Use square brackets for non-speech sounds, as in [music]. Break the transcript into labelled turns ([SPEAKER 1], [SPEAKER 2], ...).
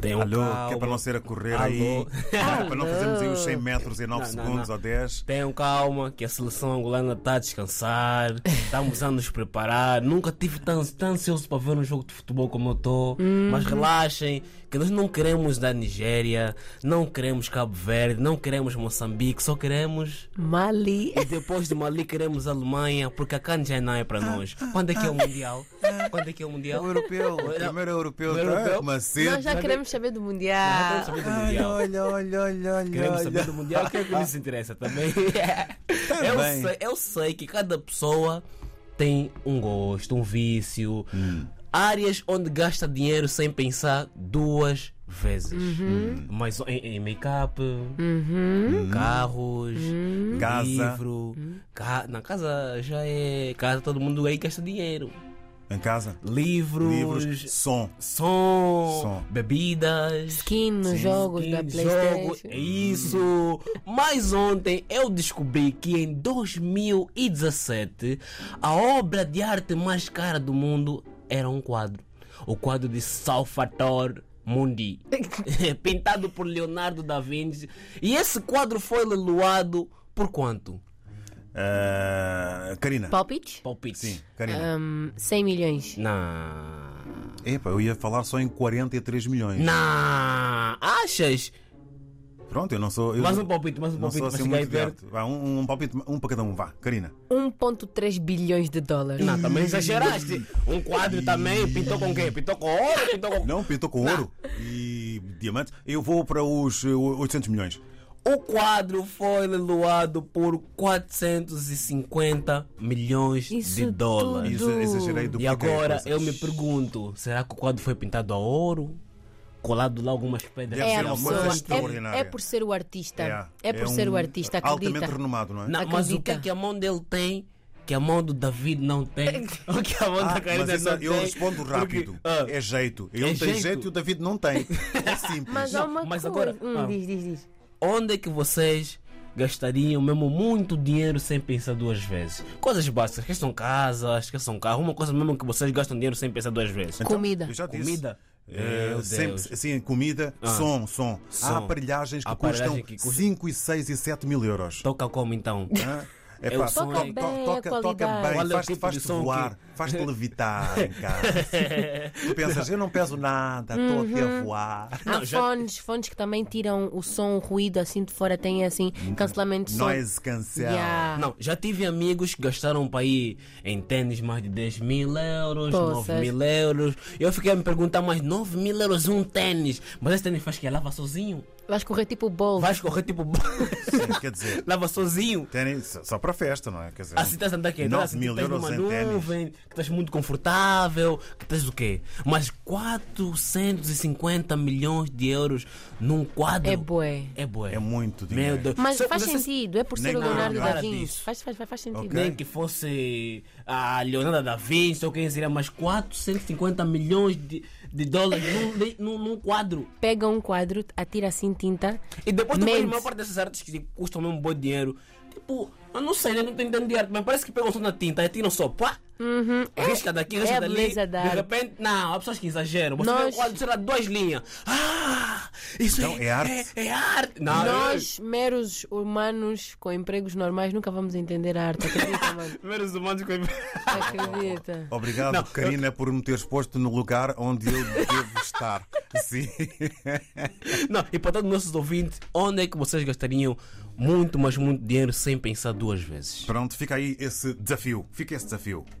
[SPEAKER 1] Deem um
[SPEAKER 2] Alô, que é
[SPEAKER 1] calmo.
[SPEAKER 2] para não ser a correr
[SPEAKER 1] Alô. [laughs]
[SPEAKER 2] aí. é para não fazermos aí os 100
[SPEAKER 1] Alô.
[SPEAKER 2] metros em
[SPEAKER 1] Não,
[SPEAKER 2] 9
[SPEAKER 1] não,
[SPEAKER 2] segundos
[SPEAKER 1] não.
[SPEAKER 2] ou 10.
[SPEAKER 1] Tenham calma, que a seleção angolana está a
[SPEAKER 2] [laughs]
[SPEAKER 1] descansar, estamos a nos preparar. Nunca tive tão, tão ansioso para ver um jogo de futebol como eu estou.
[SPEAKER 2] Uhum.
[SPEAKER 1] Mas relaxem, que nós não queremos da Nigéria, não queremos Cabo Verde, não queremos Moçambique, só queremos.
[SPEAKER 3] Mali.
[SPEAKER 1] E depois de Mali queremos Alemanha, porque a CAN já não é
[SPEAKER 2] Ah,
[SPEAKER 1] para nós. Quando é que é o Mundial? Quando é que é o Mundial?
[SPEAKER 2] O europeu, o
[SPEAKER 1] Olha,
[SPEAKER 2] primeiro europeu.
[SPEAKER 1] primeiro
[SPEAKER 2] tá?
[SPEAKER 1] europeu.
[SPEAKER 2] Mas cedo.
[SPEAKER 3] Nós já queremos saber do
[SPEAKER 2] Ah.
[SPEAKER 1] Queremos
[SPEAKER 3] Mundial.
[SPEAKER 1] saber do
[SPEAKER 2] Ai,
[SPEAKER 1] Mundial.
[SPEAKER 2] olha, olha, olha, olha.
[SPEAKER 1] Queremos saber do
[SPEAKER 2] olha.
[SPEAKER 1] Mundial, o que é que nos interessa [laughs] também?
[SPEAKER 2] bem.
[SPEAKER 1] É. eu, sei, eu sei que cada pessoa tem um gosto, um vício,
[SPEAKER 2] Hum.
[SPEAKER 1] áreas onde gasta dinheiro sem pensar duas vezes.
[SPEAKER 2] Uhum.
[SPEAKER 1] Mas em, em make-up,
[SPEAKER 3] Uhum.
[SPEAKER 1] carros,
[SPEAKER 2] Hum. Casa.
[SPEAKER 1] livro, ca- na casa já é casa, todo mundo aí gasta dinheiro.
[SPEAKER 2] Em casa?
[SPEAKER 1] Livros,
[SPEAKER 2] Livros, som.
[SPEAKER 1] som,
[SPEAKER 2] Som.
[SPEAKER 1] bebidas.
[SPEAKER 3] Skin nos jogos da
[SPEAKER 1] Em jogo,
[SPEAKER 3] Playstation.
[SPEAKER 1] é isso. Mas ontem eu descobri que em 2017 a obra de arte mais cara do mundo era um quadro. O quadro de Salvatore Mundi,
[SPEAKER 3] [laughs]
[SPEAKER 1] pintado por Leonardo da Vinci. E esse quadro foi leiloado por quanto?
[SPEAKER 2] Ah, Karina.
[SPEAKER 3] Palpite?
[SPEAKER 1] Palpite.
[SPEAKER 2] Sim, Karina.
[SPEAKER 3] Hum, 100 milhões.
[SPEAKER 1] Na.
[SPEAKER 2] Epa, eu ia falar só em 43 milhões.
[SPEAKER 1] Na. Achas?
[SPEAKER 2] Pronto, eu não sou. Eu
[SPEAKER 1] Mais um palpite, mais um
[SPEAKER 2] não
[SPEAKER 1] palpite
[SPEAKER 2] sou
[SPEAKER 1] para
[SPEAKER 2] assim
[SPEAKER 1] chegar aí
[SPEAKER 2] muito de
[SPEAKER 1] perto.
[SPEAKER 2] arte. Vá, um, um palpite, um para cada um, vá. Karina.
[SPEAKER 3] 1.3 bilhões de dólares.
[SPEAKER 1] Não, também exageraste. Um quadro também pintou com quê? Pintou com ouro? Pintou com...
[SPEAKER 2] Não, pintou com ouro e diamantes. Eu vou para os eh, 800 milhões.
[SPEAKER 1] O quadro foi leiloado por 450 milhões de
[SPEAKER 3] Isso
[SPEAKER 1] dólares.
[SPEAKER 2] Isso, é
[SPEAKER 3] Tudo.
[SPEAKER 2] exagerei do
[SPEAKER 1] Ah, E agora eu me pergunto: será que o quadro foi pintado a ouro? Colado lá algumas pedras?
[SPEAKER 2] Deve
[SPEAKER 3] É a
[SPEAKER 2] ser uma coisa
[SPEAKER 3] pessoa.
[SPEAKER 2] extraordinária. um
[SPEAKER 3] É, é por ser o artista. É, por ser o artista, acredita.
[SPEAKER 2] Altamente renomado, não é?
[SPEAKER 1] Não, mas o que é
[SPEAKER 3] Acredita.
[SPEAKER 1] que a mão dele tem? Que a mão do David não
[SPEAKER 3] [laughs]
[SPEAKER 1] tem. O que a mão
[SPEAKER 2] Ah,
[SPEAKER 1] da Karina
[SPEAKER 2] mas isso
[SPEAKER 1] não tem.
[SPEAKER 2] eu respondo rápido.
[SPEAKER 1] Porque, ah,
[SPEAKER 2] É jeito. Ele
[SPEAKER 1] É
[SPEAKER 2] tem jeito.
[SPEAKER 1] jeito.
[SPEAKER 2] e o David não tem. É simples.
[SPEAKER 3] Mas há
[SPEAKER 1] Não,
[SPEAKER 3] uma
[SPEAKER 1] mas
[SPEAKER 3] coisa.
[SPEAKER 1] agora-
[SPEAKER 3] Hum,
[SPEAKER 1] ah.
[SPEAKER 3] Diz, diz, diz.
[SPEAKER 1] onde é que vocês gastariam mesmo muito dinheiro sem pensar duas vezes? Coisas básicas, esqueçam casa, esqueçam carro, uma coisa mesmo que vocês gastam dinheiro sem pensar duas vezes.
[SPEAKER 3] Comida.
[SPEAKER 2] Eu já disse.
[SPEAKER 1] Comida.
[SPEAKER 2] Eh,
[SPEAKER 1] Meu
[SPEAKER 2] sempre,
[SPEAKER 1] Deus. Ah.
[SPEAKER 2] sim, comida, som, som, Há
[SPEAKER 1] Som.
[SPEAKER 2] aparelhagens que
[SPEAKER 1] Há aparelhagem
[SPEAKER 2] custam
[SPEAKER 1] que custa-
[SPEAKER 2] 5, e 6 e 7 mil euros.
[SPEAKER 1] Toca como então? [laughs]
[SPEAKER 2] Hã?
[SPEAKER 1] É o som,
[SPEAKER 2] toca,
[SPEAKER 1] hein?
[SPEAKER 2] to- toca,
[SPEAKER 3] Qual é a
[SPEAKER 2] toca
[SPEAKER 3] qualidade?
[SPEAKER 2] bem,
[SPEAKER 1] Qual é o
[SPEAKER 2] faz-te
[SPEAKER 1] tipo
[SPEAKER 2] faz
[SPEAKER 1] de som
[SPEAKER 2] voar, faz-te
[SPEAKER 1] [laughs]
[SPEAKER 2] levitar em casa. tu pensas, eu não peso nada, estou aqui
[SPEAKER 3] Uhum.
[SPEAKER 2] a voar.
[SPEAKER 3] Há fones, fones que também tiram o som, o ruído assim de fora, tem assim, cancelamento de som.
[SPEAKER 2] Noise cancel.
[SPEAKER 3] Yeah.
[SPEAKER 1] Não, já tive amigos que gastaram para ir em tênis mais de 10 mil euros,
[SPEAKER 3] Pô,
[SPEAKER 1] 9
[SPEAKER 3] sério?
[SPEAKER 1] mil euros. Eu fiquei a me perguntar, mas 9 mil euros um tênis? Mas esse tênis faz que lava sozinho?
[SPEAKER 3] Vais correr tipo o bolo.
[SPEAKER 1] Vais correr tipo. [laughs]
[SPEAKER 2] Sim, quer dizer,
[SPEAKER 1] lava sozinho?
[SPEAKER 2] tênis só- só para festa, não é? Quer dizer,
[SPEAKER 1] Assim estás a andar que
[SPEAKER 2] nove
[SPEAKER 1] assim,
[SPEAKER 2] mil
[SPEAKER 1] estás
[SPEAKER 2] euros
[SPEAKER 1] numa
[SPEAKER 2] em ténis.
[SPEAKER 1] nuvem, que estás muito confortável, que estás o quê? Mas 450 milhões de euros num quadro.
[SPEAKER 3] É bué.
[SPEAKER 1] É bué.
[SPEAKER 2] é muito dinheiro.
[SPEAKER 1] Meu Deus.
[SPEAKER 3] Mas
[SPEAKER 1] Se eu
[SPEAKER 3] faz
[SPEAKER 1] pudesse-
[SPEAKER 3] sentido, é por ser
[SPEAKER 2] Nem
[SPEAKER 3] o
[SPEAKER 2] nada,
[SPEAKER 3] Leonardo
[SPEAKER 1] nada
[SPEAKER 3] da Vinci.
[SPEAKER 1] disso.
[SPEAKER 3] Faz, faz, faz, faz sentido.
[SPEAKER 2] Ok.
[SPEAKER 1] Nem que fosse a Leonardo da Vinci ou quem seria, mas 450 milhões de, de dólares num, de- num, num quadro.
[SPEAKER 3] Pega um quadro, atira assim tinta.
[SPEAKER 1] E depois tu vês a
[SPEAKER 3] Mente.
[SPEAKER 1] maior parte dessas artes que tipo, custam mesmo bom dinheiro. Tipo, eu não sei, né? não tenho tanto de arte, mas parece que pegam só na tinta e tiram só, pá!
[SPEAKER 3] Uhum.
[SPEAKER 1] Risca daqui,
[SPEAKER 3] é
[SPEAKER 1] risca
[SPEAKER 3] a
[SPEAKER 1] dali.
[SPEAKER 3] beleza da
[SPEAKER 1] de
[SPEAKER 3] arte.
[SPEAKER 1] repente, não, há pessoas que exageram. Você
[SPEAKER 3] Nós-
[SPEAKER 1] vê o quadro, será duas linhas. Ah! Isso
[SPEAKER 2] Então, é arte.
[SPEAKER 1] É, é arte. Não,
[SPEAKER 3] Nós, meros humanos com empregos normais, nunca vamos entender a arte. Acredita,
[SPEAKER 1] [laughs]
[SPEAKER 3] mano.
[SPEAKER 1] eu- Primeiros
[SPEAKER 2] um
[SPEAKER 1] humanos que eu-
[SPEAKER 3] Acredita.
[SPEAKER 2] Obrigado,
[SPEAKER 1] Não,
[SPEAKER 2] Karina, por me teres posto no lugar onde eu devo
[SPEAKER 1] [laughs]
[SPEAKER 2] estar. Sim.
[SPEAKER 1] Não, e para todos os nossos ouvintes, onde é que vocês gastariam muito, mas muito dinheiro sem pensar duas vezes?
[SPEAKER 2] Pronto, fica aí esse desafio. Fica esse desafio.